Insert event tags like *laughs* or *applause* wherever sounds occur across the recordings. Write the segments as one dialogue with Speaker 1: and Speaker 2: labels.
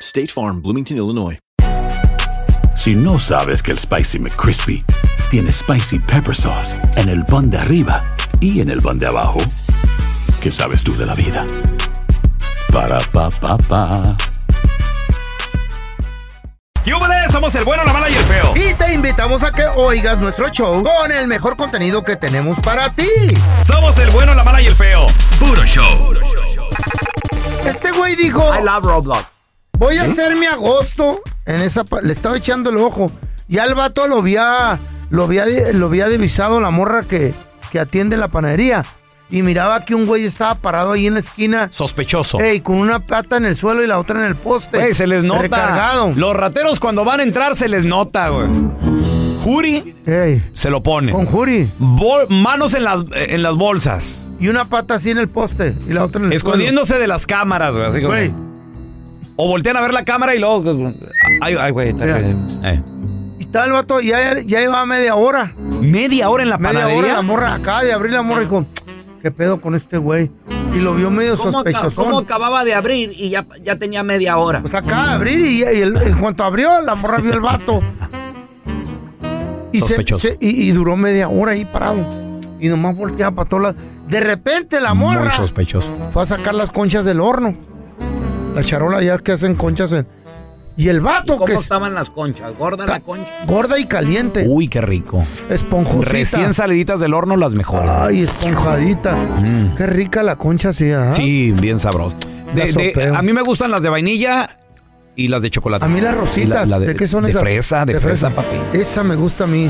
Speaker 1: State Farm, Bloomington, Illinois.
Speaker 2: Si no sabes que el Spicy McCrispy tiene Spicy Pepper Sauce en el pan de arriba y en el pan de abajo, ¿qué sabes tú de la vida? Para, pa, pa, pa.
Speaker 3: ¡Yúbales! Somos el bueno, la mala y el feo.
Speaker 4: Y te invitamos a que oigas nuestro show con el mejor contenido que tenemos para ti.
Speaker 3: Somos el bueno, la mala y el feo. Puro show.
Speaker 4: Este güey dijo,
Speaker 5: I love Roblox.
Speaker 4: voy a hacer mi agosto. En esa pa- le estaba echando el ojo. Y al vato lo había, lo había, lo había divisado la morra que, que atiende la panadería. Y miraba que un güey estaba parado ahí en la esquina.
Speaker 3: Sospechoso.
Speaker 4: Ey, con una pata en el suelo y la otra en el poste.
Speaker 3: Güey, se les nota.
Speaker 4: Recargado.
Speaker 3: Los rateros cuando van a entrar se les nota, güey. Juri
Speaker 4: Ey,
Speaker 3: se lo pone.
Speaker 4: con Juri.
Speaker 3: Bol- manos en las, eh, en las bolsas.
Speaker 4: Y una pata así en el poste y la otra en el
Speaker 3: Escondiéndose de las cámaras, güey. así
Speaker 4: suelo.
Speaker 3: como-
Speaker 4: Güey,
Speaker 3: O voltean a ver la cámara y luego. Ay, ay, güey. está-
Speaker 4: Mira.
Speaker 3: eh.
Speaker 4: y estaba el vato, ya, ya llevaba media hora.
Speaker 3: Media hora en la
Speaker 4: Media
Speaker 3: panadería.
Speaker 4: hora la morra acaba de abrir la morra y dijo, ¿qué pedo con este güey? Y lo vio medio sospechoso.
Speaker 6: acababa de abrir y ya, ya tenía media hora?
Speaker 4: Pues acaba de abrir y, y el- en cuanto abrió, la morra vio el vato. Y, se-
Speaker 3: Sospechoso.
Speaker 4: se- y, y duró media hora ahí parado. Y nomás volteaba para todos lados. De repente la
Speaker 3: Muy
Speaker 4: morra
Speaker 3: sospechoso.
Speaker 4: fue a sacar las conchas del horno. La charola ya que hacen conchas en... Y el vato que es
Speaker 6: estaban las conchas? ¿Gorda la concha?
Speaker 4: gorda y caliente,
Speaker 3: Uy, qué rico.
Speaker 4: esponjosita.
Speaker 3: Uh, Recién saliditas del horno las mejores.
Speaker 4: Ay, esponjadita.
Speaker 3: Mm.
Speaker 4: Qué rica la concha sí, ¿ah?
Speaker 3: Sí, bien sabroso. De-
Speaker 4: La
Speaker 3: de-
Speaker 4: sopeo.
Speaker 3: a mí me gustan las de vainilla y las de chocolate.
Speaker 4: A mí las
Speaker 3: Y la-
Speaker 4: rositas,
Speaker 3: la
Speaker 4: de, qué son
Speaker 3: de
Speaker 4: esas?
Speaker 3: Fresa, de, fresa, papi.
Speaker 4: Esa me gusta a mí.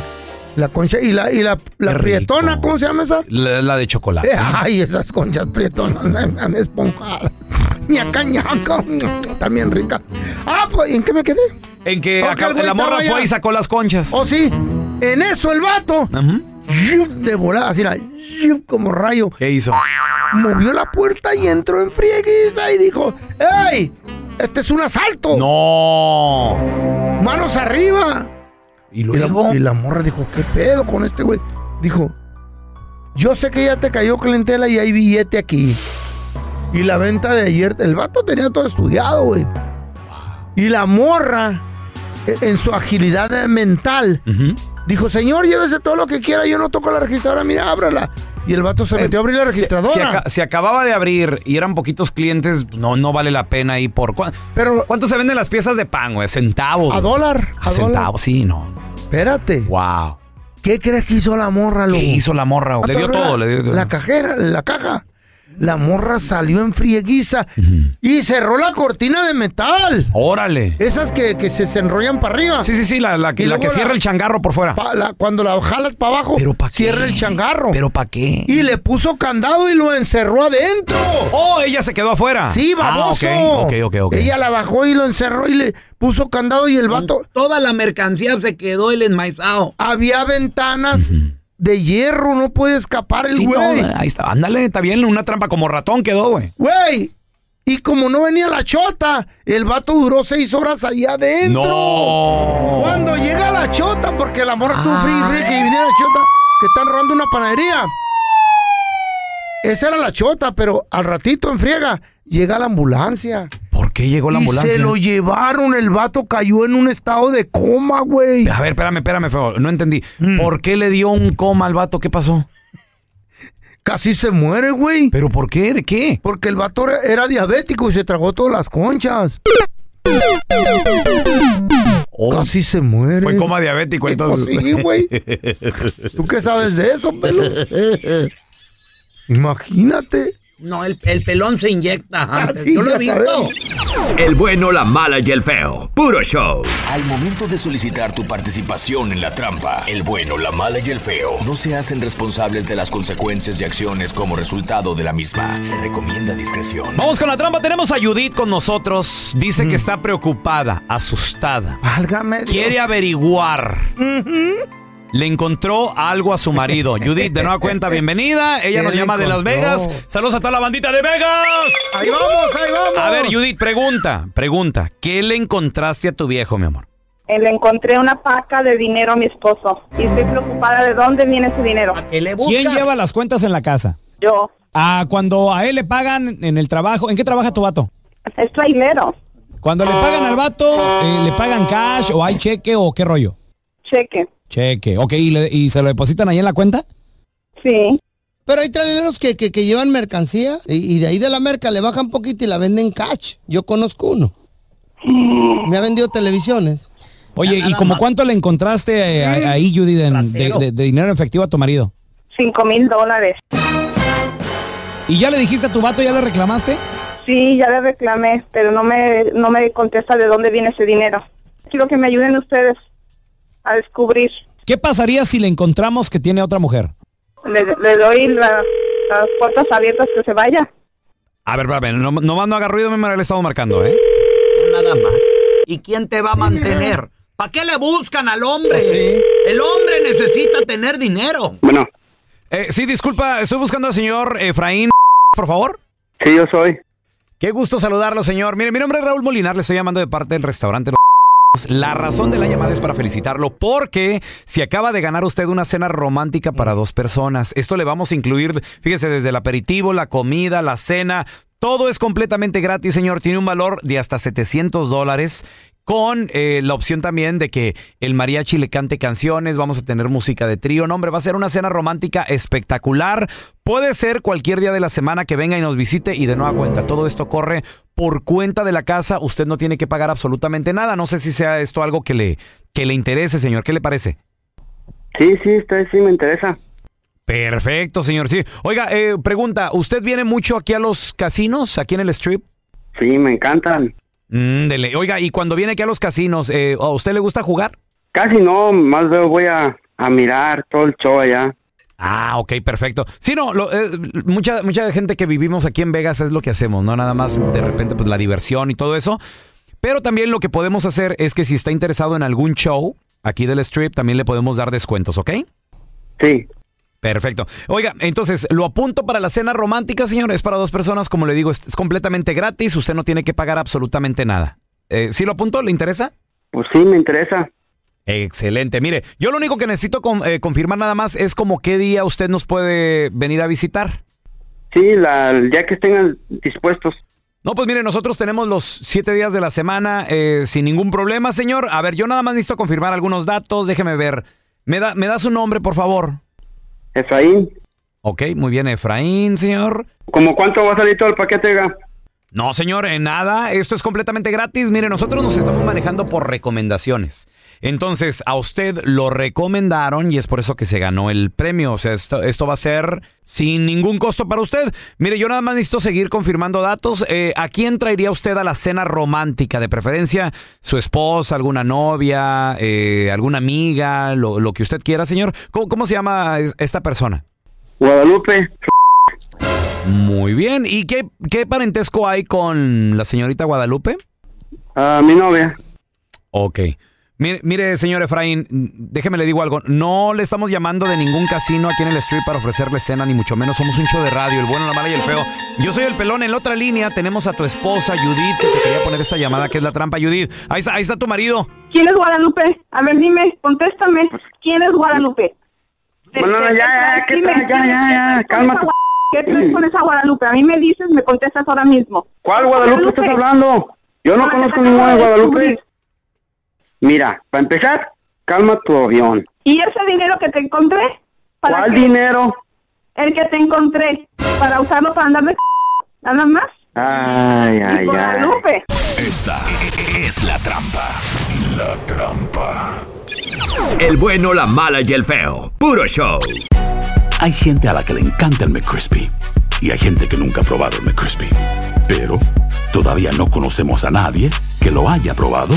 Speaker 4: La concha y la y la, la
Speaker 3: Qué
Speaker 4: prietona,
Speaker 3: rico.
Speaker 4: ¿cómo se llama esa?
Speaker 3: La, la de chocolate.
Speaker 4: *laughs* Eh, Ay, esas conchas prietonas, me, me, me esponjadas. Ñaca, ñaca, también rica. Ah, pues, ¿en qué me quedé?
Speaker 3: En que
Speaker 4: Ok,
Speaker 3: acá-
Speaker 4: el güey
Speaker 3: la morra
Speaker 4: estaba
Speaker 3: fue
Speaker 4: allá.
Speaker 3: y sacó las conchas.
Speaker 4: Oh, sí, en eso el vato,
Speaker 3: Ujú.
Speaker 4: yup, de volada, así, era, yup, como rayo,
Speaker 3: ¿Qué hizo?
Speaker 4: movió la puerta y entró en frieguiza y dijo, ¡Ey! Este es un asalto.
Speaker 3: No.
Speaker 4: Manos arriba.
Speaker 3: Y
Speaker 4: oh. Y
Speaker 3: luego.
Speaker 4: la, y la morra dijo, ¿qué pedo con este güey? Dijo, yo sé que ya te cayó clientela y hay billete aquí. Y la venta de ayer, el vato tenía todo estudiado, güey. Y la morra, e- en su agilidad eh, mental,
Speaker 3: Ujú.
Speaker 4: dijo, señor, llévese todo lo que quiera, yo no toco la registradora, mira, ábrala. Y el vato se metió a abrir la
Speaker 3: Eh, Se-
Speaker 4: registradora.
Speaker 3: Se, aca- se acababa de abrir y eran poquitos clientes. No, no vale la pena ahí por. ¿cuá-
Speaker 4: Pero
Speaker 3: ¿Cuánto se venden las piezas de pan, güey? Centavos.
Speaker 4: a
Speaker 3: güey.
Speaker 4: dólar,
Speaker 3: A
Speaker 4: a dólar.
Speaker 3: centavos, sí, no.
Speaker 4: Espérate.
Speaker 3: Wow.
Speaker 4: ¿Qué crees que hizo la morra,
Speaker 3: ¿Qué
Speaker 4: loco?
Speaker 3: hizo la morra? güey? Le dio
Speaker 4: Atoró
Speaker 3: todo,
Speaker 4: la,
Speaker 3: le dio todo.
Speaker 4: La cajera, la caja. La morra salió en frieguiza y cerró la cortina de metal.
Speaker 3: Órale.
Speaker 4: Esas que, que se, se enrollan para arriba.
Speaker 3: Sí, sí, sí, la, la que-
Speaker 4: Y
Speaker 3: la
Speaker 4: luego
Speaker 3: que
Speaker 4: la-
Speaker 3: cierra el changarro por fuera.
Speaker 4: Pa- la- cuando la jalas para abajo,
Speaker 3: pa' qué?
Speaker 4: cierra el changarro.
Speaker 3: ¿Pero para qué?
Speaker 4: Y le puso candado y lo encerró adentro.
Speaker 3: ¡Oh, ella se quedó afuera!
Speaker 4: Sí, baboso.
Speaker 3: Ah, ok, ok, Oh. ok. ok.
Speaker 4: Ella la bajó y lo encerró y le puso candado y el vato...
Speaker 6: Toda la mercancía se quedó el enmaizado.
Speaker 4: Había ventanas de hierro, no puede escapar el
Speaker 3: Sí, no, ah,
Speaker 4: güey.
Speaker 3: ahí está. Ándale, está bien, una trampa como ratón quedó, güey.
Speaker 4: Güey, y como no venía la chota, el vato duró seis horas allá adentro.
Speaker 3: ¡No!
Speaker 4: Cuando llega la chota, porque la morra tuvo frío y frío que viniera la chota, que están robando una panadería. Esa era la chota, pero al ratito en friega llega la ambulancia.
Speaker 3: ¿Por qué llegó la
Speaker 4: y
Speaker 3: ambulancia?
Speaker 4: se lo llevaron, el vato cayó en un estado de coma, güey.
Speaker 3: A ver, espérame, espérame, feo. No entendí.
Speaker 4: Mm.
Speaker 3: ¿Por qué le dio un coma al vato? ¿Qué pasó?
Speaker 4: Casi se muere, güey.
Speaker 3: ¿Pero por qué? ¿De qué?
Speaker 4: Porque el vato era- era diabético y se tragó todas las conchas. Casi se muere.
Speaker 3: Fue coma diabético,
Speaker 4: Eh, pues
Speaker 3: entonces.
Speaker 4: *laughs* sí, güey. ¿Tú qué sabes de eso, pelo? Imagínate.
Speaker 7: No, el, el pelón se inyecta.
Speaker 3: Ah,
Speaker 4: Así
Speaker 7: Yo lo he
Speaker 4: ya
Speaker 7: visto.
Speaker 4: sabemos.
Speaker 8: El bueno, la mala y el feo. Puro show.
Speaker 9: Al momento de solicitar tu participación en la trampa, el bueno, la mala y el feo no se hacen responsables de las consecuencias y acciones como resultado de la misma. Se recomienda discreción.
Speaker 3: Vamos con la trampa. Tenemos a Judith con nosotros. Dice que está preocupada, asustada.
Speaker 4: Válgame. Dios.
Speaker 3: Quiere averiguar. Le encontró algo a su *laughs* marido. Judith, de nueva cuenta, bienvenida. Ella
Speaker 4: ¿Qué
Speaker 3: nos
Speaker 4: le
Speaker 3: llama de Las
Speaker 4: encontró?
Speaker 3: Vegas. Saludos a toda la bandita de Vegas.
Speaker 4: Ahí vamos, ahí vamos.
Speaker 3: A ver, Judith, pregunta, pregunta. ¿Qué le encontraste a tu viejo, mi amor?
Speaker 10: Eh, Le encontré una paca de dinero a mi esposo y estoy preocupada de dónde viene ese dinero.
Speaker 7: ¿A qué le busca?
Speaker 3: las cuentas en la casa?
Speaker 10: Yo,
Speaker 3: Ah, cuando a él le pagan en el trabajo. ¿En qué trabaja tu vato?
Speaker 10: es trailero,
Speaker 3: Cuando le pagan al vato, eh, ¿le pagan cash o hay cheque o qué rollo?
Speaker 10: cheque,
Speaker 3: Cheque, ok, ¿y, se lo depositan ahí en la cuenta?
Speaker 10: sí.
Speaker 11: Pero hay traileros que, que, que llevan mercancía y, y de ahí de la merca le bajan poquito y la venden cash. Yo conozco uno.
Speaker 10: Mm.
Speaker 11: Me ha vendido televisiones.
Speaker 3: Oye, ¿y como cuánto le encontraste eh, a- ahí, Judy, de, de- de- de dinero en efectivo a tu marido?
Speaker 10: Cinco mil dólares.
Speaker 3: ¿Y ya le dijiste a tu vato, ya le reclamaste?
Speaker 10: Sí, ya le reclamé, pero no me, no me contesta de dónde viene ese dinero. Quiero que me ayuden ustedes a descubrir.
Speaker 3: ¿Qué pasaría si le encontramos que tiene otra mujer?
Speaker 10: Le, le doy la- las puertas abiertas que se vaya.
Speaker 3: A ver, a ver, no, no, no haga ruido, me le estamos marcando, ¿eh?
Speaker 7: Nada más. ¿Y quién te va a mantener? ¿Para qué le buscan al hombre? El hombre necesita tener dinero.
Speaker 5: Bueno,
Speaker 3: Eh, Sí, disculpa, estoy buscando al señor Efraín, por favor.
Speaker 5: sí, yo soy.
Speaker 3: Qué gusto saludarlo, señor. Mire, mi nombre es Raúl Molinar, le estoy llamando de parte del restaurante Los La razón de la llamada es para felicitarlo porque si acaba de ganar usted una cena romántica para dos personas, esto le vamos a incluir, fíjese, desde el aperitivo, la comida, la cena, todo es completamente gratis, señor. Tiene un valor de hasta 700 dólares con eh, la opción también de que el mariachi le cante canciones, vamos a tener música de trío, no hombre, va a ser una cena romántica espectacular, puede ser cualquier día de la semana que venga y nos visite y de nueva cuenta, todo esto corre por cuenta de la casa, usted no tiene que pagar absolutamente nada, no sé si sea esto algo que le, que le interese, señor, ¿qué le parece?
Speaker 5: Sí, sí, está, sí, me interesa.
Speaker 3: Perfecto, señor, sí. Oiga, eh, pregunta, ¿usted viene mucho aquí a los casinos, aquí en el strip?
Speaker 5: Sí, me encantan.
Speaker 3: Mm, dele. Oiga, y cuando viene aquí a los casinos, eh, ¿a usted le gusta jugar?
Speaker 5: Casi no, más luego voy a, a mirar todo el show allá.
Speaker 3: Ah, ok, perfecto. Sí, no, lo- eh, mucha, mucha gente que vivimos aquí en Vegas es lo que hacemos, ¿no? Nada más de repente, pues la diversión y todo eso. Pero también lo que podemos hacer es que si está interesado en algún show aquí del strip, también le podemos dar descuentos, ¿ok?
Speaker 5: Sí,
Speaker 3: Perfecto. Oiga, entonces, lo apunto para la cena romántica, señor. Es para dos personas, como le digo, es, es completamente gratis. Usted no tiene que pagar absolutamente nada. Eh, ¿Sí lo apunto? ¿Le interesa?
Speaker 5: pues sí, me interesa.
Speaker 3: Excelente. Mire, yo lo único que necesito con- eh, confirmar nada más es como qué día usted nos puede venir a visitar.
Speaker 5: Sí, la, ya que estén dispuestos.
Speaker 3: No, pues mire, nosotros tenemos los siete días de la semana eh, sin ningún problema, señor. A ver, yo nada más necesito confirmar algunos datos. Déjeme ver. ¿Me da, me da su nombre, por favor?
Speaker 5: Efraín,
Speaker 3: Ok, muy bien, Efraín, señor.
Speaker 5: ¿como cuánto va a salir todo el paquete? oiga?
Speaker 3: No, señor, en nada. Esto es completamente gratis. Mire, nosotros nos estamos manejando por recomendaciones. Entonces, a usted lo recomendaron y es por eso que se ganó el premio. O sea, esto, esto va a ser sin ningún costo para usted. Mire, yo nada más necesito seguir confirmando datos. Eh, ¿A quién traería usted a la cena romántica? De preferencia, su esposa, alguna novia, eh, alguna amiga, lo, lo que usted quiera, señor. ¿Cómo, ¿Cómo se llama es- esta persona?
Speaker 5: Guadalupe,
Speaker 3: Muy bien. ¿Y qué, qué parentesco hay con la señorita Guadalupe?
Speaker 5: a Ah, mi novia.
Speaker 3: Ok. Mire, mire, señor Efraín, mm, déjeme le digo algo. No le estamos llamando de ningún casino aquí en el street para ofrecerle cena, ni mucho menos. Somos un show de radio, el bueno, la mala y el feo. Yo soy el pelón. En la otra línea tenemos a tu esposa, Judith, que te quería poner esta llamada, que es la trampa, Judith. Ahí está, ahí está tu marido.
Speaker 10: ¿Quién es Guadalupe? A ver, dime, contéstame. ¿Quién es Guadalupe?
Speaker 5: Bueno, ya, ya, ¿qué tal? Ya, ya, ya, cálmate.
Speaker 10: ¿Qué traes con esa Guadalupe? A mí me dices, me contestas ahora mismo.
Speaker 5: ¿Cuál Guadalupe estás hablando? Yo no
Speaker 10: Ah,
Speaker 5: conozco
Speaker 10: acabo
Speaker 5: ninguna
Speaker 10: de
Speaker 5: Guadalupe.
Speaker 10: descubrir.
Speaker 5: Mira, para empezar, calma tu avión.
Speaker 10: ¿Y ese dinero que te encontré? ¿Para
Speaker 5: ¿Cuál
Speaker 10: qué?
Speaker 5: dinero?
Speaker 10: El que te encontré. Para usarlo para andar de c- nada más.
Speaker 5: Ay,
Speaker 10: Y
Speaker 5: ay, ay.
Speaker 10: Guadalupe.
Speaker 9: Esta es la trampa.
Speaker 12: la trampa.
Speaker 13: El bueno, la mala y el feo. Puro show.
Speaker 14: Hay gente a la que le encanta el McCrispy y hay gente que nunca ha probado el McCrispy. Pero todavía no conocemos a nadie que lo haya probado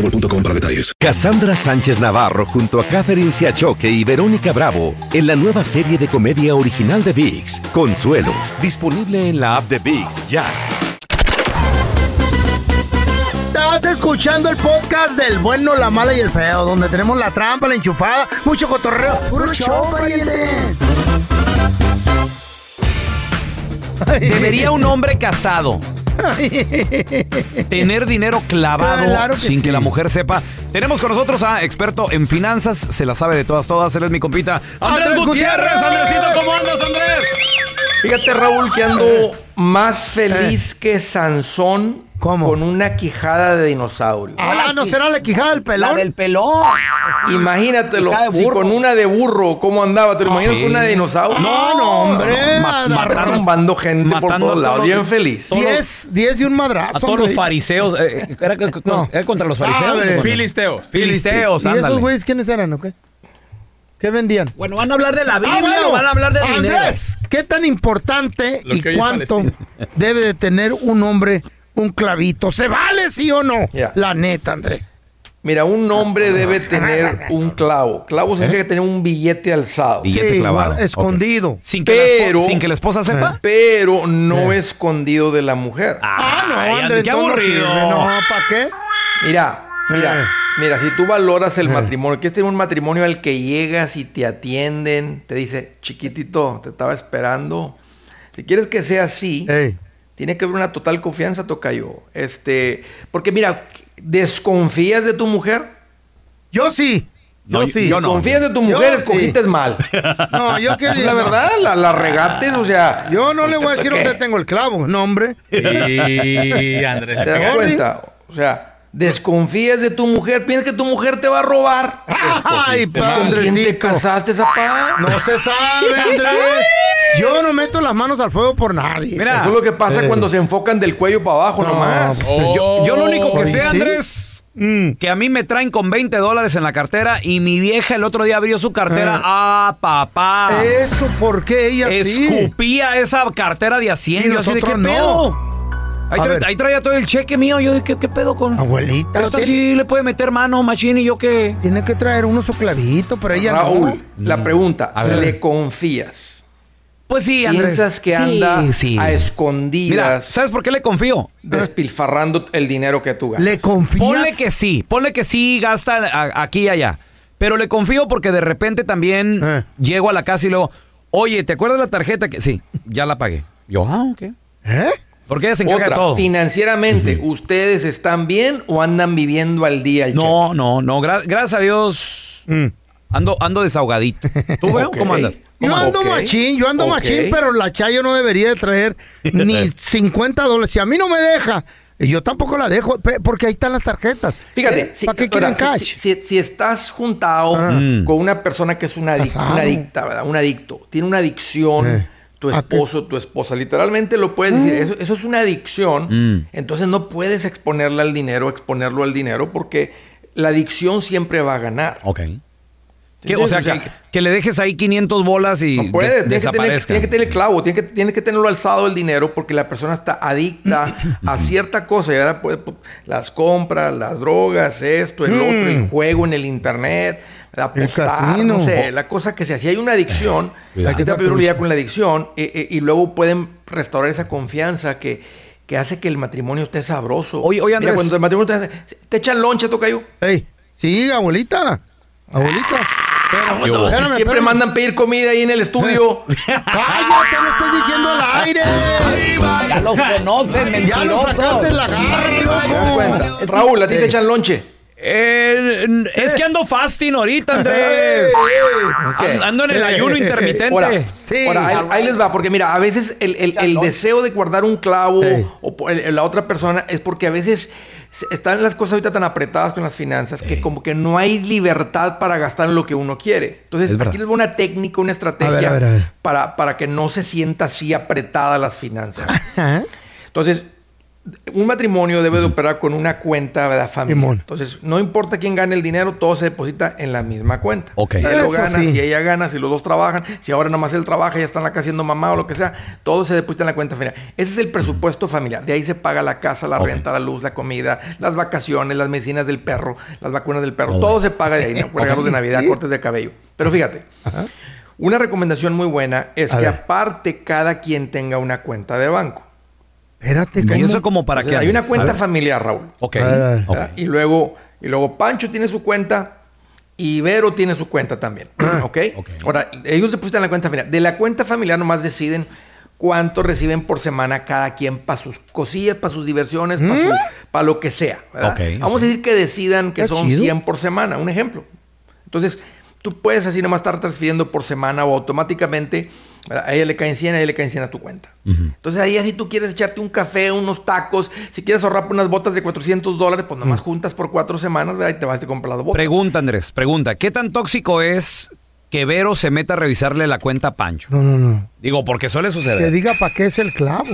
Speaker 15: para detalles.
Speaker 16: Cassandra Sánchez Navarro junto a Catherine Siachoque y Verónica Bravo en la nueva serie de comedia original de VIX, Consuelo, disponible en la app de VIX ya.
Speaker 4: Estás escuchando el podcast del bueno, la mala y el feo, donde tenemos la trampa, la enchufada, mucho cotorreo. ¡Puro show, pariente!
Speaker 3: Debería un hombre casado tener dinero clavado
Speaker 4: Claro que
Speaker 3: sin que
Speaker 4: sí.
Speaker 3: la mujer sepa. Tenemos con nosotros a experto en finanzas, se la sabe de todas, todas. Él es mi compita. Andrés,
Speaker 6: ¡Andrés
Speaker 3: Gutiérrez,
Speaker 6: Gutiérrez!
Speaker 3: Andresito, ¿cómo andas, Andrés?
Speaker 6: Fíjate, Raúl, que
Speaker 4: Eh.
Speaker 6: ando más feliz que Sansón con una quijada de dinosaurio.
Speaker 4: Ah, no será la quijada del pelón.
Speaker 6: del pelón. Imagínatelo,
Speaker 4: Ah. Quijada de
Speaker 6: si
Speaker 4: burro.
Speaker 6: con una de burro, ¿cómo andaba? ¿Te lo
Speaker 4: Ah,
Speaker 6: imaginas
Speaker 4: sí.
Speaker 6: con una de dinosaurio?
Speaker 4: No, no, hombre. Ma- matando-
Speaker 6: Matando gente por
Speaker 3: matando
Speaker 6: todos
Speaker 3: a
Speaker 6: lados,
Speaker 3: todos-
Speaker 6: bien feliz.
Speaker 4: 10, 10 y un madrazo.
Speaker 3: A todos los
Speaker 4: hombre.
Speaker 3: fariseos. eh, ¿Era, co- co- era contra los
Speaker 4: Ah,
Speaker 3: fariseos?
Speaker 4: a ver.
Speaker 3: Filisteos. Filisteos,
Speaker 4: ¿Y esos
Speaker 3: ándale.
Speaker 4: güeyes quiénes eran o qué? ¿Qué vendían?
Speaker 17: Bueno, ¿van a hablar de la Biblia
Speaker 4: Ah, bueno.
Speaker 17: o van a hablar de dinero?
Speaker 4: Andrés, ¿qué tan importante
Speaker 17: Lo que hoy
Speaker 4: y
Speaker 17: es
Speaker 4: cuánto
Speaker 17: Palestina.
Speaker 4: debe de tener un hombre un clavito? ¿Se vale sí o no? La neta, Andrés.
Speaker 6: Mira, un hombre debe tener un clavo. Clavo significa tener un billete alzado.
Speaker 3: Billete Sí, clavado. va-
Speaker 4: escondido.
Speaker 3: Sin que la espo- sin que la esposa sepa.
Speaker 6: Pero
Speaker 4: Eh.
Speaker 6: no escondido de la mujer.
Speaker 4: Ah, no, Andrés.
Speaker 6: qué
Speaker 4: no, no
Speaker 6: aburrido.
Speaker 4: sirve, No, ¿para qué?
Speaker 6: Mira, mira,
Speaker 4: Eh.
Speaker 6: mira, si tú valoras el matrimonio, que este es un matrimonio al que llegas y te atienden, te dice, chiquitito, te estaba esperando. Si quieres que sea así,
Speaker 4: Eh.
Speaker 6: tiene que haber una total confianza, Tocayo. Este, porque mira, ¿desconfías de tu mujer?
Speaker 4: Yo sí.
Speaker 6: No,
Speaker 4: yo sí. yo no.
Speaker 6: ¿Confías de tu
Speaker 4: Yo
Speaker 6: mujer?
Speaker 4: sí.
Speaker 6: Escogiste
Speaker 4: *laughs*
Speaker 6: mal.
Speaker 4: No, yo qué
Speaker 6: *laughs* La
Speaker 4: digo.
Speaker 6: verdad, la, la regates, o sea.
Speaker 4: Yo no le voy a decir
Speaker 6: *laughs* ¿qué?
Speaker 4: dónde tengo el clavo, no, hombre.
Speaker 6: Sí,
Speaker 4: Andrés,
Speaker 6: ¿Te das
Speaker 4: pegaste.
Speaker 6: cuenta? O sea, desconfías de tu mujer, piensas que tu mujer te va a robar.
Speaker 4: Ay, este
Speaker 6: Escogiste mal. ¿Con quién te
Speaker 4: Oh.
Speaker 6: casaste, zapá?
Speaker 4: No se sabe,
Speaker 6: *laughs*
Speaker 4: Andrés. Yo no meto las manos al fuego por nadie.
Speaker 6: Eso es lo que pasa cuando se enfocan del cuello para abajo nomás.
Speaker 3: Yo, yo lo único que
Speaker 6: Pues
Speaker 3: sé,
Speaker 6: Oh, sí.
Speaker 3: Andrés,
Speaker 6: Mm.
Speaker 3: que a mí me traen con 20 dólares en la cartera y mi vieja el otro día abrió su cartera.
Speaker 4: Eh.
Speaker 3: ¡Ah, papá!
Speaker 4: Eso, ¿por qué ella sí?
Speaker 3: Escupía esa cartera de
Speaker 4: Y
Speaker 3: 100. Yo así de qué
Speaker 4: nosotros no.
Speaker 3: pedo. Ahí,
Speaker 4: A
Speaker 3: tra-
Speaker 4: ver.
Speaker 3: ahí traía todo el cheque mío. Yo dije, ¿qué, qué pedo con...?
Speaker 4: Abuelita.
Speaker 3: Pero esto sí le puede meter mano, machín, y yo qué...
Speaker 4: Tiene que traer uno su clavito, pero ella
Speaker 6: Raúl,
Speaker 4: no.
Speaker 6: la pregunta,
Speaker 4: ver.
Speaker 6: ¿le confías?
Speaker 3: Pues sí, Andrés.
Speaker 6: ¿Piensas que
Speaker 3: Sí,
Speaker 6: anda
Speaker 3: sí.
Speaker 6: a
Speaker 3: Mira,
Speaker 6: escondidas
Speaker 3: ¿sabes por qué le confío?
Speaker 6: despilfarrando el dinero que tú ganas?
Speaker 4: ¿Le confías?
Speaker 3: Ponle que sí, ponle que sí, gasta a- aquí y allá. Pero le confío porque de repente también llego a la casa y luego, oye, ¿te acuerdas la tarjeta que.? Sí, ya la pagué. Yo, ah, ok.
Speaker 4: ¿Eh?
Speaker 3: Porque ella se encarga
Speaker 6: Otra,
Speaker 3: de todo.
Speaker 6: financieramente, ¿ustedes están bien o andan viviendo al día el cheque?
Speaker 3: No, no, no. gra- gracias a Dios. Ando, ando desahogadito. ¿Tú, veo?
Speaker 6: Ok.
Speaker 3: ¿Cómo andas?
Speaker 4: Yo
Speaker 3: ¿Cómo
Speaker 4: ando
Speaker 3: andas?
Speaker 4: machín, yo ando
Speaker 3: Ok.
Speaker 4: machín, pero la Chayo no debería de traer
Speaker 6: *laughs*
Speaker 4: ni 50 dólares. Si a mí no me deja, yo tampoco la dejo, pe- porque ahí están las tarjetas. ¿Eh?
Speaker 6: Fíjate, si,
Speaker 4: ¿Para qué
Speaker 6: ahora,
Speaker 4: quieren cash?
Speaker 6: si- si- si estás juntado
Speaker 4: Ah.
Speaker 6: con una persona que es una, adic-
Speaker 4: Casado.
Speaker 6: una adicta, ¿verdad? Un adicto, tiene una adicción,
Speaker 4: Eh.
Speaker 6: tu esposo, tu esposa, literalmente lo puedes decir, eso, eso es una adicción,
Speaker 3: Mm.
Speaker 6: entonces no puedes exponerla al dinero, exponerlo al dinero, porque la adicción siempre va a ganar.
Speaker 3: Ok. Que, o sea, que, que le dejes ahí 500 bolas y
Speaker 6: Puede, tiene, que
Speaker 3: des-
Speaker 6: tener,
Speaker 3: desaparezca.
Speaker 6: tiene que tener el clavo, tiene que, tiene que tenerlo alzado el dinero porque la persona está adicta a cierta cosa. ya la puede- las compras, las drogas, esto, el otro, el juego en el internet, la apostar,
Speaker 4: casino.
Speaker 6: no sé, la cosa que sea. Si hay una adicción,
Speaker 4: Cuidado.
Speaker 6: hay que tener prioridad con la adicción eh, eh, y luego pueden restaurar esa confianza que, que hace que el matrimonio esté sabroso.
Speaker 3: Oye, oye,
Speaker 6: Mira,
Speaker 3: Andrés.
Speaker 6: cuando el matrimonio te, hace- te echan loncha, toca yo.
Speaker 4: Ey, sí, abuelita. Abuelita. Pero,
Speaker 6: ¿Qué hubo?
Speaker 4: espérame,
Speaker 6: Siempre
Speaker 4: espérame. *laughs*
Speaker 6: mandan pedir comida ahí en el estudio.
Speaker 4: ¡Cállate! ¡Lo estoy diciendo al aire!
Speaker 7: los conoces,
Speaker 4: Ya
Speaker 7: mentiroso.
Speaker 4: lo
Speaker 16: pues.
Speaker 4: sacaste en la garra.
Speaker 16: Raúl, a ti te echan lonche.
Speaker 18: Eh, n- es que ando fasting
Speaker 4: *laughs*
Speaker 18: ahorita,
Speaker 4: pues.
Speaker 18: Andrés. An- Ando en el ayuno intermitente.
Speaker 16: Ahora, ahora, ahí, ahí les va, porque mira, a veces el, el- el deseo de guardar un clavo o po- el- la otra persona es porque a veces se- están las cosas ahorita tan apretadas con las finanzas que como que no hay libertad para gastar en lo que uno quiere. Entonces,
Speaker 4: Es verdad.
Speaker 16: aquí les va una técnica, una estrategia
Speaker 4: ver, a ver, a ver.
Speaker 16: Para, para que no se sienta así apretada las finanzas.
Speaker 4: Ajá.
Speaker 16: Entonces, un matrimonio debe de operar con una cuenta de familia.
Speaker 4: Simón.
Speaker 16: Entonces, no importa quién gane el dinero, todo se deposita en la misma cuenta.
Speaker 3: Ok.
Speaker 16: Si él lo
Speaker 3: Eso
Speaker 16: gana,
Speaker 3: sí.
Speaker 16: si ella gana, si los dos trabajan, si ahora nomás él trabaja, ya está en la casa siendo mamá o lo que sea, todo se deposita en la cuenta familiar. Ese es el presupuesto familiar. De ahí se paga la casa, la renta, la luz, la comida, las vacaciones, las medicinas del perro, las vacunas del perro. Todo se paga de ahí, ¿no? regalos de Navidad, cortes de cabello. Pero fíjate, una recomendación muy buena es
Speaker 4: A
Speaker 16: que
Speaker 4: ver.
Speaker 16: aparte cada quien tenga una cuenta de banco.
Speaker 4: Espérate,
Speaker 3: ¿Y eso como para
Speaker 16: Entonces,
Speaker 3: qué?
Speaker 16: hay una
Speaker 3: Andrés?
Speaker 16: cuenta
Speaker 3: A ver.
Speaker 16: familiar, Raúl.
Speaker 3: Ok.
Speaker 4: A ver, a ver.
Speaker 16: ¿verdad? Y luego, y luego Pancho tiene su cuenta y Vero tiene su cuenta también.
Speaker 3: Ah,
Speaker 16: ¿ok? Ahora, ellos depositan la cuenta familiar. De la cuenta familiar nomás deciden cuánto reciben por semana cada quien para sus cosillas, para sus diversiones, para lo que sea. ¿verdad?
Speaker 3: Mm. Ok,
Speaker 16: Vamos a decir que decidan que
Speaker 3: Está
Speaker 16: son
Speaker 3: chido.
Speaker 16: 100 por semana, un ejemplo. Entonces, tú puedes así nomás estar transfiriendo por semana o automáticamente ¿verdad? a ella le caen 100, a ella le caen 100 a tu cuenta.
Speaker 4: Mm.
Speaker 16: Entonces ahí si tú quieres echarte un café, unos tacos, si quieres ahorrar por unas botas de 400 dólares, pues
Speaker 4: Mm.
Speaker 16: nomás juntas por cuatro semanas, ¿verdad? Y te vas y te compras las botas.
Speaker 3: Pregunta, Andrés, pregunta. ¿Qué tan tóxico es que Vero se meta a revisarle la cuenta a Pancho?
Speaker 4: No, no, no.
Speaker 3: Digo, porque suele
Speaker 4: Que
Speaker 3: suceder.
Speaker 4: diga para qué es el clavo.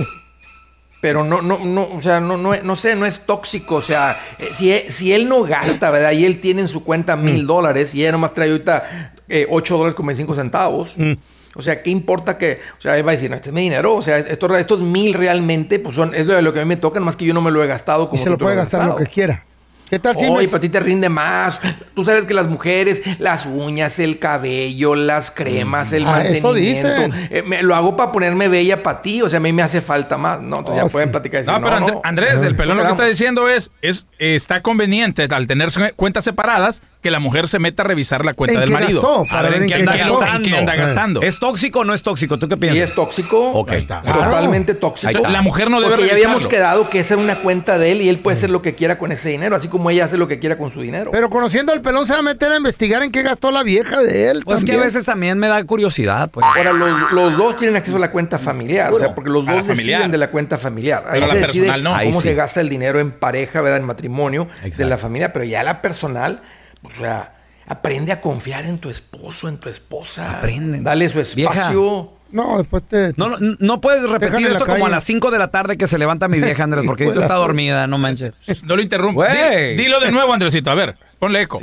Speaker 16: Pero no, no, no, o sea, no, no, no sé, no es tóxico, o sea, eh, si, e- si él no gasta, ¿verdad? Y él tiene en su cuenta
Speaker 4: Mm.
Speaker 16: mil dólares y ella nomás trae ahorita eh, 8 dólares con 25 centavos.
Speaker 4: Mm.
Speaker 16: O sea, ¿qué importa que, o sea, él va a decir, no, este es mi dinero, o sea, esto- estos mil realmente, pues son, es lo, lo que a mí me toca, nomás que yo no me lo he gastado
Speaker 4: Y
Speaker 16: como
Speaker 4: se
Speaker 16: tú
Speaker 4: lo
Speaker 16: te has
Speaker 4: puede gastar lo
Speaker 16: gastado.
Speaker 4: que quiera. ¿Qué tal si
Speaker 16: Oye,
Speaker 4: me-
Speaker 16: para ti te rinde más. Tú sabes que las mujeres, las uñas, el cabello, las cremas, el
Speaker 4: Ah, eso
Speaker 16: mantenimiento.
Speaker 4: dicen.
Speaker 16: eh, me- lo hago para ponerme bella para ti. O sea, a mí me hace falta más. No, entonces
Speaker 3: Oh,
Speaker 16: ya pueden platicar. y decir,
Speaker 18: No, pero Andr- Andrés, el pelón lo que está diciendo es, es eh, está conveniente al tener se- cuentas separadas que la mujer se meta a revisar la cuenta
Speaker 3: ¿En
Speaker 18: del
Speaker 3: qué
Speaker 18: marido.
Speaker 3: gastó?
Speaker 18: a
Speaker 3: Para
Speaker 18: ver en qué anda
Speaker 3: gastó.
Speaker 18: gastando. en qué anda
Speaker 3: Eh.
Speaker 18: gastando.
Speaker 3: ¿Es tóxico o no es tóxico? ¿Tú qué piensas?
Speaker 16: Sí, es tóxico.
Speaker 3: Ok.
Speaker 16: Totalmente tóxico.
Speaker 3: Ahí está. La mujer no debe
Speaker 16: Porque ya
Speaker 3: revisarlo. Mm.
Speaker 16: habíamos quedado que esa era una cuenta de él y él puede hacer lo que quiera con ese dinero, así como ella hace lo que quiera con su dinero.
Speaker 4: Pero conociendo al pelón se va a meter a investigar en qué gastó la vieja de él.
Speaker 3: Pues que a
Speaker 4: también.
Speaker 3: veces también me da curiosidad. Pues.
Speaker 16: Ahora, los, los dos tienen acceso a la cuenta familiar, o sea, porque los
Speaker 3: A la
Speaker 16: dos deciden
Speaker 3: familiar.
Speaker 16: de la cuenta familiar. Ahí se
Speaker 3: Pero la
Speaker 16: decide
Speaker 3: personal no. Ahí
Speaker 16: cómo
Speaker 3: sí.
Speaker 16: se gasta el dinero en pareja, ¿verdad? En matrimonio, de la familia, pero ya la personal, o sea, aprende a confiar en tu esposo, en tu esposa. Aprende. Dale su
Speaker 3: Vieja.
Speaker 16: espacio.
Speaker 4: No, después te.
Speaker 3: No, no, no puedes
Speaker 16: Déjame
Speaker 3: repetir
Speaker 16: en la
Speaker 3: esto como a
Speaker 16: calle.
Speaker 3: las 5 de la tarde que se levanta mi vieja, Andrés, porque ahorita está dormida, no manches.
Speaker 18: No lo interrumpo.
Speaker 3: Güey.
Speaker 18: Di- dilo de nuevo, Andresito. A ver, ponle eco.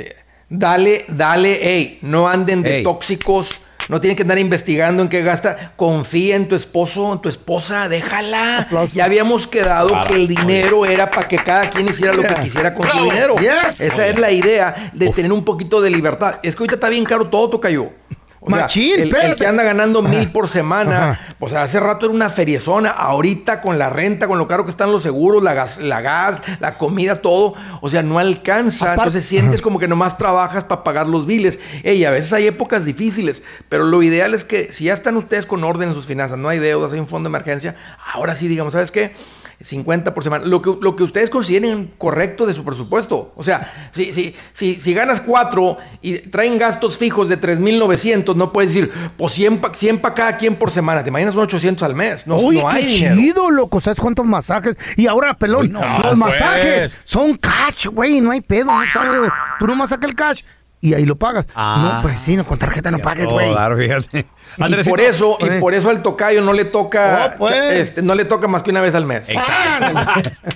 Speaker 16: Dale, dale, ey, no anden de
Speaker 18: Ey.
Speaker 16: tóxicos, no tienen que andar investigando en qué gasta, confía en tu esposo, en tu esposa, déjala. Ya habíamos quedado
Speaker 19: Claro.
Speaker 16: que el dinero era para que cada quien hiciera lo que
Speaker 19: Yeah.
Speaker 16: quisiera con su
Speaker 19: Bravo.
Speaker 16: dinero.
Speaker 19: Yes.
Speaker 16: Esa es la idea de tener un poquito de libertad. Es que ahorita está bien caro todo, Tocayo. O sea,
Speaker 4: Machín,
Speaker 16: el- el,
Speaker 4: espérate.
Speaker 16: que anda ganando mil por semana, o sea, hace rato era una feriezona, ahorita con la renta, con lo caro que están los seguros, la gas, la, gas, la comida, todo, o sea, no alcanza. Entonces sientes como que nomás trabajas para pagar los biles. Ey, a veces hay épocas difíciles, pero lo ideal es que si ya están ustedes con orden en sus finanzas, no hay deudas, hay un fondo de emergencia, ahora sí digamos, ¿sabes qué? 50 por semana, lo que, lo que ustedes consideren correcto de su presupuesto. O sea, si, si, si, si ganas 4 y traen gastos fijos de 3.900, no puedes decir, pues 100 para cada quien por semana. Te imaginas son 800 al mes.
Speaker 3: Pues
Speaker 16: No,
Speaker 4: Oye,
Speaker 16: no hay
Speaker 4: qué
Speaker 16: dinero.
Speaker 4: chido, loco. ¿Sabes cuántos masajes? Y ahora, pelón, los
Speaker 16: pues.
Speaker 4: masajes son cash, güey. No hay pedo, no sabes. Tú nomás saca el cash y ahí lo pagas.
Speaker 3: Ah.
Speaker 4: No, pues sí, no, con tarjeta no pagues, güey.
Speaker 3: Claro, fíjate.
Speaker 16: y
Speaker 3: Andresito.
Speaker 16: por eso, y por eso al tocayo no le toca,
Speaker 4: Eh. Oh, pues.
Speaker 16: este, no le toca más que una vez al mes. Ah,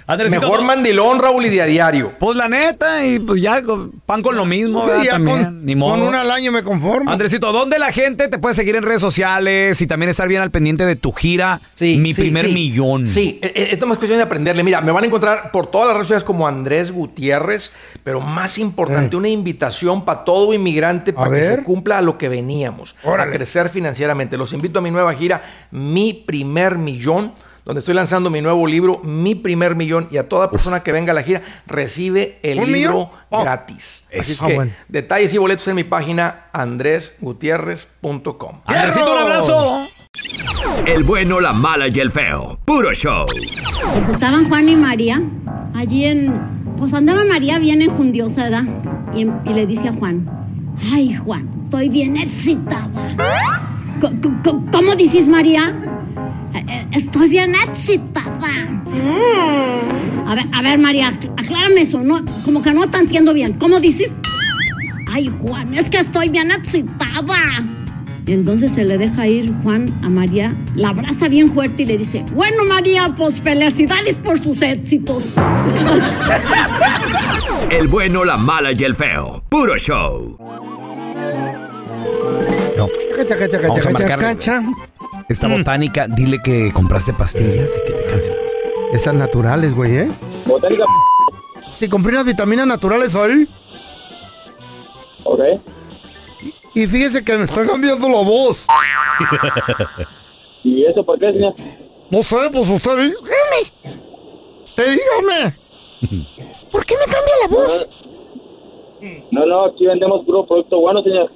Speaker 3: Andresito,
Speaker 16: Mejor
Speaker 3: no-
Speaker 16: mandilón, Raúl, y de a diario.
Speaker 3: Pues la neta, y pues ya con- pan con lo mismo, ¿verdad?
Speaker 4: Sí, ya
Speaker 3: También,
Speaker 4: con,
Speaker 3: ni
Speaker 4: con
Speaker 3: modo.
Speaker 4: una al año me conformo.
Speaker 3: Andresito, ¿dónde la gente te puede seguir en redes sociales y también estar bien al pendiente de tu gira
Speaker 16: sí,
Speaker 3: Mi Primer
Speaker 16: sí.
Speaker 3: Millón?
Speaker 16: Sí, e- e- esto es más cuestión de aprenderle. Mira, me van a encontrar por todas las redes sociales como Andrés Gutiérrez, pero más importante, una invitación para todo inmigrante para que se
Speaker 4: Eh. ver.
Speaker 16: cumpla a lo que veníamos, a crecer financieramente. Los invito a mi nueva gira, Mi Primer Millón, donde estoy lanzando mi nuevo libro, Mi Primer Millón, y a toda persona que venga a la gira recibe el
Speaker 4: ¿Un
Speaker 16: libro
Speaker 4: millón? Oh.
Speaker 16: gratis. Así
Speaker 4: Eso. Ah,
Speaker 16: que
Speaker 4: bueno.
Speaker 16: detalles y boletos en mi página andresgutierrez.com.
Speaker 3: Andresito, un abrazo.
Speaker 8: El bueno, la mala y el feo. Puro show.
Speaker 19: Pues estaban Juan y María allí en... Pues andaba María bien enjundiosa, ¿verdad? Y, en- y le dice a Juan, ay Juan, estoy bien excitada. Co- co- co- ¿Cómo, dices María? "Eh, eh, Estoy bien excitada. A ver, a ver María, ac- aclárame eso, no, como que no te entiendo bien. ¿Cómo dices? Ay Juan, es que estoy bien excitada. Y entonces se le deja ir Juan a María, la abraza bien fuerte y le dice, bueno María, pues felicidades por sus éxitos.
Speaker 8: El bueno, la mala y el feo. Puro show.
Speaker 4: Chaca, chaca, chaca,
Speaker 3: Vamos a
Speaker 4: chaca, chaca,
Speaker 3: marcarle.
Speaker 4: chaca. Mm.
Speaker 3: Esta botánica, dile que compraste pastillas y que te cambien.
Speaker 4: Esas naturales, güey, ¿eh?
Speaker 20: Botánica.
Speaker 4: Si compré unas vitaminas naturales ahí.
Speaker 20: Ok.
Speaker 4: Y fíjese que me está cambiando la voz.
Speaker 20: *laughs* ¿Y eso por qué, señor?
Speaker 4: No sé, pues usted di- dígame. Usted dígame.
Speaker 20: *laughs*
Speaker 4: ¿Por qué me cambia la voz?
Speaker 20: No, no, aquí vendemos puro producto bueno, señor.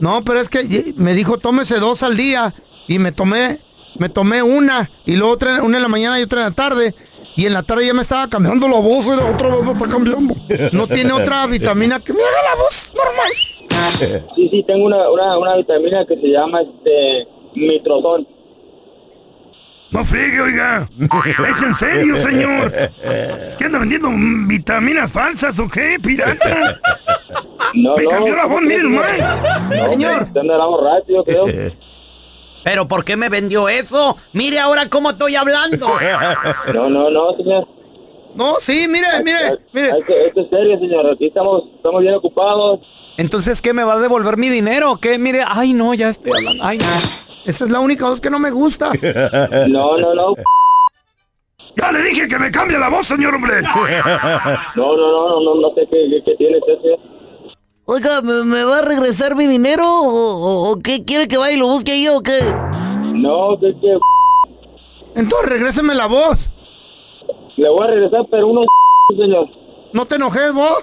Speaker 4: No, pero es que ye- me dijo tómese dos al día. Y me tomé, me tomé una. Y luego otra, una en la mañana y otra en la tarde. Y en la tarde ya me estaba cambiando la voz. Era otra vez me está cambiando. No tiene otra vitamina que me haga la voz normal.
Speaker 20: Sí, sí, tengo una, una, una vitamina que se llama este mitrozón.
Speaker 21: No friegue, oiga. ¿Es en serio, señor? ¿Qué anda vendiendo mm, vitaminas falsas o qué, pirata?
Speaker 20: No,
Speaker 21: Me
Speaker 20: no,
Speaker 21: cambió la
Speaker 20: ¿cómo
Speaker 21: voz,
Speaker 20: crees,
Speaker 21: miren,
Speaker 20: señor? No,
Speaker 7: Señor.
Speaker 20: Usted andará borracho, creo.
Speaker 7: ¿Pero por qué me vendió eso? Mire ahora cómo estoy hablando.
Speaker 20: No, no, no, señor.
Speaker 4: No, sí, mire,
Speaker 20: mire, mire. Esto, esto es serio, señor. Aquí estamos, estamos bien ocupados.
Speaker 3: Entonces, ¿qué me va a devolver mi dinero? ¿Qué? Mire, ay, no, ya estoy hablando. Ay,
Speaker 4: Esa es la única voz que no me gusta.
Speaker 21: *laughs*
Speaker 20: No, no, no.
Speaker 21: Ya le dije que me cambie la voz, señor, hombre.
Speaker 20: No, no, no, no, no, no sé qué, qué, qué tiene usted, señor.
Speaker 22: Oiga, ¿me, me va a regresar mi dinero o, o- o qué? ¿Quiere que vaya y lo busque ahí o qué?
Speaker 20: No, que, que
Speaker 4: Entonces regréseme la voz.
Speaker 20: le voy a regresar, pero uno, *laughs* señor.
Speaker 4: No te enojes vos.